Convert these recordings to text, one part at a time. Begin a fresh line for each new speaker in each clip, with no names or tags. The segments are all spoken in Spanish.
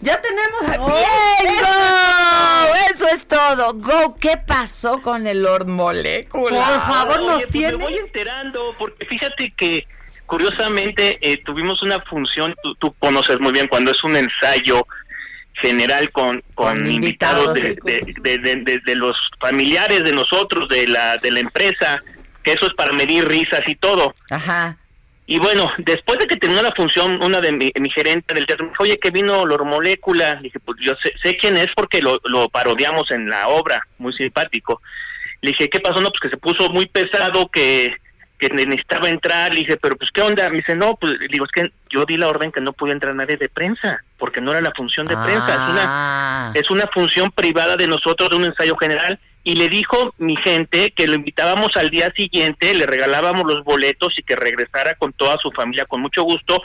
Ya tenemos a
¡Bien, Go! Eso es todo. Go, ¿qué pasó con el Lord Molecula?
Por favor,
Oye,
nos
pues
tienes.
Me voy enterando, porque fíjate que curiosamente eh, tuvimos una función, tú, tú conoces muy bien, cuando es un ensayo general con, con,
Con invitados,
invitados de,
sí,
de- de- de- de- de los familiares de nosotros, de la, de la empresa, que eso es para medir risas y todo.
Ajá.
Y bueno, después de que terminó la función, una de mi, mi gerente del teatro me dijo, oye, que vino Lor Molécula. Le dije, pues yo sé, sé quién es porque lo, lo parodiamos en la obra, muy simpático. Le dije, ¿qué pasó? No, pues que se puso muy pesado, que, que ne- necesitaba entrar. Le dije, pero pues, ¿qué onda? Me dice, no, pues, le digo, es que yo di la orden que no podía entrar nadie de prensa, porque no era la función de prensa. Es una,
Ah.
es una función privada de nosotros, de un ensayo general, y le dijo mi gente que lo invitábamos al día siguiente, le regalábamos los boletos y que regresara con toda su familia con mucho gusto,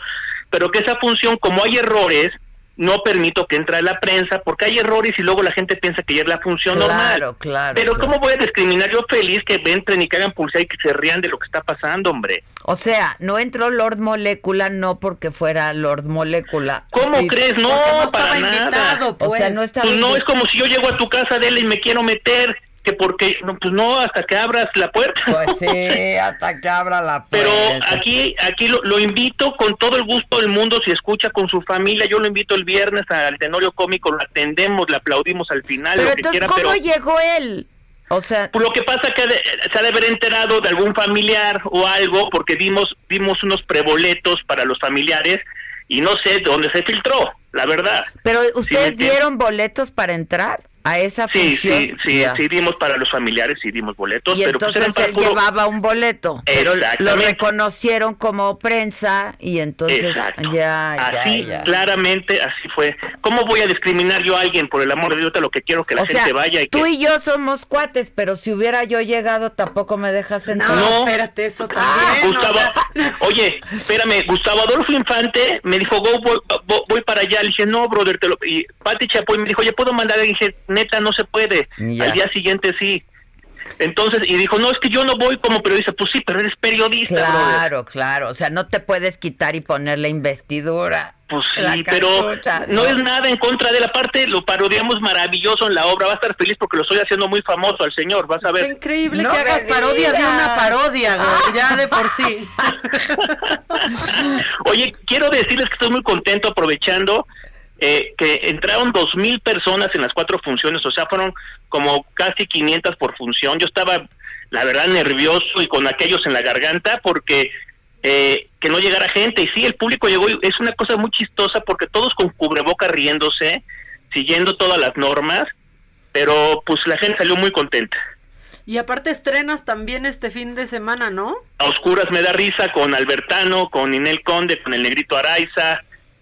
pero que esa función, como hay errores, no permito que entre la prensa, porque hay errores y luego la gente piensa que ya es la función normal.
Claro, claro.
Pero
claro.
¿cómo voy a discriminar yo feliz que entren y que hagan pulsar y que se rían de lo que está pasando, hombre?
O sea, no entró Lord Molecula no porque fuera Lord Molecula.
¿Cómo
Sí,
crees? No,
Porque no
para
estaba
nada.
invitado,
O
pues.
sea, no estaba
Pues no
invi-
es como si yo llego a tu casa de él y me quiero meter, que porque, no, pues no, hasta que abras la puerta.
Pues sí, hasta que abra la
Pero
puerta.
aquí, aquí lo, lo invito con todo el gusto del mundo, si escucha con su familia, yo lo invito el viernes al tenorio cómico, lo atendemos, le aplaudimos al final,
Pero
lo que
entonces,
quiera,
¿cómo
pero
llegó él? O sea,
pues, lo que pasa que ha de- se ha de haber enterado de algún familiar o algo, porque dimos, dimos unos preboletos para los familiares y no sé de dónde se filtró, la verdad.
pero
me
ustedes
entiendo.
dieron boletos para entrar a esa
Sí,
función.
sí, sí,
Ya.
sí dimos para los familiares, sí dimos boletos,
Y
pero pues eran
entonces
para
él
puro-
llevaba un boleto, pero lo
Exactamente.
reconocieron como prensa y entonces
Exacto.
ya, ya,
así,
ya.
claramente, así fue. ¿Cómo voy a discriminar yo a alguien? Por el amor de Dios, lo que quiero es que la
o
gente
sea,
vaya y
tú
que...
y yo somos cuates, pero si hubiera yo llegado tampoco me dejas entrar.
No,
No.
espérate, eso
Ah,
también. o
Ah, Gustavo,
sea,
oye, espérame, Gustavo Adolfo Infante me dijo, "Go, voy, voy- voy para allá. Le dije, no, brother, te lo... Y Pati Chapoy me dijo, oye, ¿puedo mandar? Le dije, neta, no se puede.
Ya.
Al día siguiente sí. Entonces, y dijo, no, es que yo no voy como periodista. Pues sí, pero eres periodista, brother.
Claro, claro. O sea, no te puedes quitar y poner la investidura.
Pues
la
sí, pero
cachucha,
no es nada en contra de la parte, lo parodiamos maravilloso en la obra, va a estar feliz porque lo estoy haciendo muy famoso al señor, vas a
Está
ver.
increíble
No
que hagas
me
parodia de
digas.
una parodia,
Ah.
güey, ya de por sí.
Oye, quiero decirles que estoy muy contento aprovechando eh, que entraron dos mil personas en las cuatro funciones, o sea, fueron como casi 500 por función. Yo estaba, la verdad, nervioso y con aquellos en la garganta porque eh, que no llegara gente. Y sí, el público llegó y es una cosa muy chistosa porque todos con cubreboca riéndose, siguiendo todas las normas, pero pues la gente salió muy contenta.
Y aparte estrenas también este fin de semana, ¿no?
A Oscuras me da risa con Albertano, con Inel Conde, con el Negrito Araiza.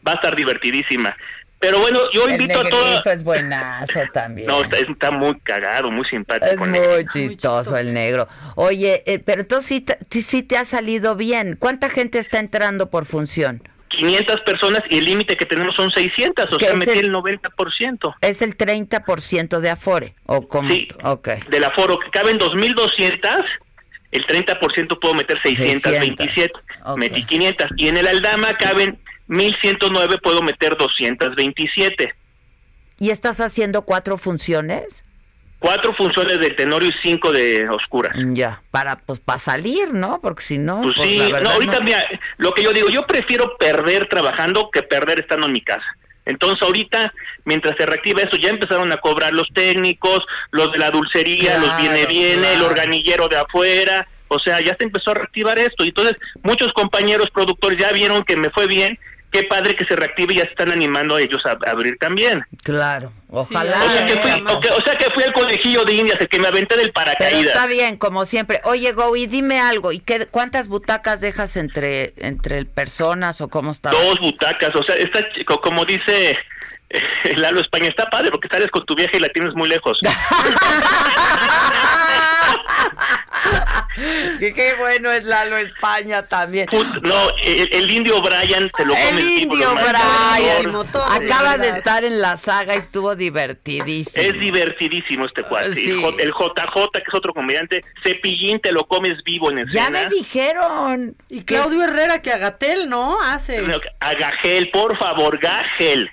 Va a estar divertidísima. Pero bueno, yo
El
invito a todos.
negrito es buenazo también.
No, está, está muy cagado, muy simpático.
Es
el
muy
Negrito.
chistoso el negro. Oye, eh, pero tú sí, te- sí- sí te ha salido bien. ¿Cuánta gente está entrando por función?
500 personas y el límite que tenemos son 600, o
¿Qué
sea,
es
metí
el-
el 90%
¿Es el 30% de afore? ¿O cómo?
Sí.
Ok.
del aforo. que Caben 2.200, el 30% puedo meter 627,
600,
metí
ok.
500. Y en el Aldama caben 1.109, puedo meter 227.
¿Y estás haciendo cuatro funciones?
Cuatro funciones del Tenorio y cinco de Oscuras.
Ya. Para, pues, para salir, ¿no? Porque si no.
Pues
pues,
sí,
la verdad
no, ahorita
no-
mira, lo que yo digo, yo prefiero perder trabajando que perder estando en mi casa. Entonces ahorita, mientras se reactiva eso, ya empezaron a cobrar los técnicos, los de la dulcería, los
Claro,
viene viene, el
claro.
organillero de afuera, o sea, ya se empezó a reactivar esto. Y entonces muchos compañeros productores ya vieron que me fue bien qué padre que se reactive y ya se están animando ellos a, a abrir también.
Claro, ojalá.
Ah,
o, sea que fui,
vamos.
o que- o sea que fui al conejillo de indias, el que me aventé del
pero
paracaídas.
está bien, como siempre. Oye, Goy, dime algo. ¿Y qué, cuántas butacas dejas entre entre el personas o cómo está?
Dos butacas, o sea, está ch- co- como dice eh, Lalo España, está padre porque sales con tu vieja y la tienes muy lejos.
Y qué bueno es Lalo España también.
Put- no, el, el indio Brian se lo come
El
tipo de
indio
mancha,
Brian
por favor.
todo,
acaba
de
de
verdad.
estar en la saga y estuvo divertidísimo.
Es divertidísimo este cuate.
Sí.
El J- El JJ, que es otro comediante, Cepillín te lo comes vivo en
ya
escena.
me dijeron.
Y Claudio Herrera que Agatel, ¿no? Hace.
No, A Gagel, por favor, Gagel.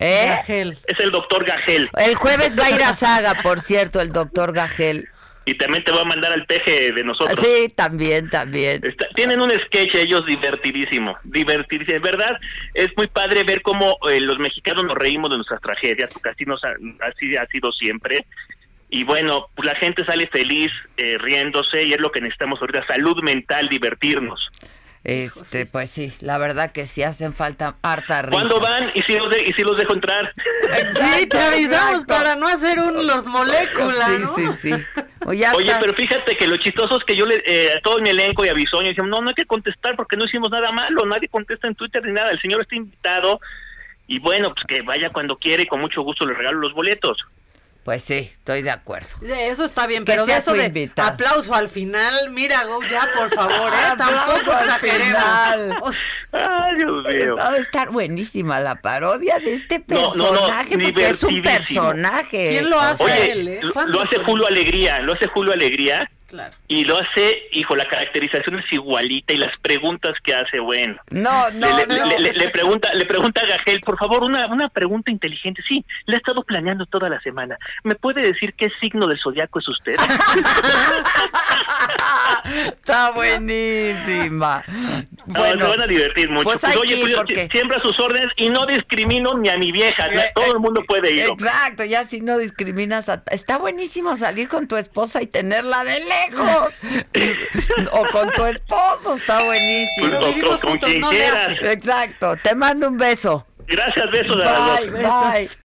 ¿Eh?
Agel.
Es el doctor Gagel.
El jueves va a ir a saga, por cierto, el doctor Gagel.
Y también te va a mandar al peje de nosotros.
Sí, también, también.
Está- tienen un sketch ellos divertidísimo, divertidísimo. En verdad, es muy padre ver cómo eh, los mexicanos nos reímos de nuestras tragedias, porque así, nos ha, así ha sido siempre. Y bueno, pues la gente sale feliz, eh, riéndose, y es lo que necesitamos ahorita, salud mental, divertirnos.
Este, pues sí, la verdad que sí hacen falta harta risa.
¿Cuándo van? ¿Y si los, de- y si los dejo entrar?
Exacto,
Sí, te avisamos
exacto.
para no hacer un los moléculas,
Sí,
¿no?
sí, sí. O ya
Oye,
estás-
pero fíjate que lo chistoso es que yo le, eh, a todo mi elenco y a Bisoño decían, no, no hay que contestar porque no hicimos nada malo, nadie contesta en Twitter ni nada, el señor está invitado y bueno, pues que vaya cuando quiere y con mucho gusto le regalo los boletos.
Pues sí, estoy de acuerdo.
De Eso está bien,
Que
pero de
sea
eso
tu
de
invitado.
aplauso al final, mira, Go, ya, por favor, ¿eh?
Aplauso
tampoco
al final.
exageremos. O sea,
Ay, Dios
Pues
mío.
Va a estar buenísima la parodia de este
No, no, no,
personaje, porque es un
divertidísimo.
personaje.
¿Quién lo hace?
Oye,
él, ¿eh?
lo-
Juan
lo hace
Osorio.
Julio Alegría, lo hace Julio Alegría
claro.
y lo hace, hijo, la caracterización es igualita y las preguntas que hace, bueno.
No, no,
le, le-
no.
le- le- le pregunta, le pregunta a Gagel, por favor, una, una pregunta inteligente. Sí, la he estado planeando toda la semana. ¿Me puede decir qué signo del zodiaco es usted?
Está buenísima.
No,
Bueno,
se van a divertir mucho.
pues hay que
oye,
ir,
pues, yo
porque-
siempre a sus órdenes y no discrimino ni a mi vieja. o sea,
Eh,
todo el mundo puede ir. hombre.
Exacto, ya si no discriminas a... Está buenísimo salir con tu esposa y tenerla de lejos. o con tu esposo, está
Pues,
buenísimo.
o-
vivimos
o- con
juntos,
quien
no le
quieras.
hace.
Exacto, te mando un beso.
Gracias, besos a las dos.
Bye, bye.
Besos.